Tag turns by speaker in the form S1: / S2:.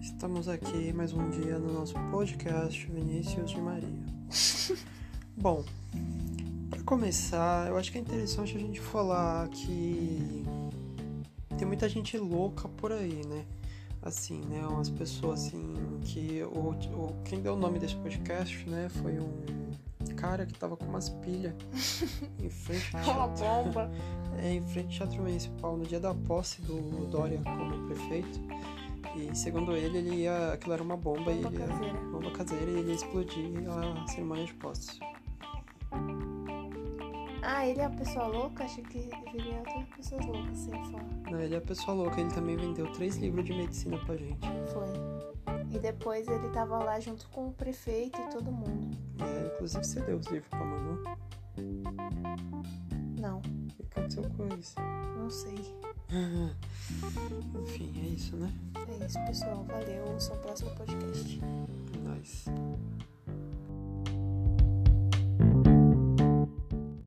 S1: estamos aqui mais um dia no nosso podcast Vinícius de Maria. Bom, para começar, eu acho que é interessante a gente falar que tem muita gente louca por aí, né? Assim, né? Umas pessoas assim que. O, o- quem deu o nome desse podcast, né? Foi um cara que tava com umas pilhas em frente ao
S2: Uma bomba.
S1: é, em frente ao Teatro Municipal, no dia da posse do Dória como prefeito. E segundo ele, ele ia, aquilo era uma bomba, e
S2: Bomba
S1: ele ia,
S2: caseira.
S1: bomba caseira e ele ia explodir a cerimônia de posse.
S2: Ah, ele é uma pessoa louca? Achei que viria outras pessoas loucas sem falar.
S1: Não, ele é pessoa louca, ele também vendeu três livros de medicina pra gente.
S2: Foi. E depois ele tava lá junto com o prefeito e todo mundo.
S1: É, inclusive você deu os livros pra Manu.
S2: Não,
S1: O que aconteceu com isso?
S2: não sei.
S1: Enfim, é isso, né?
S2: É isso, pessoal. Valeu. Ouçam o próximo podcast.
S1: É nóis.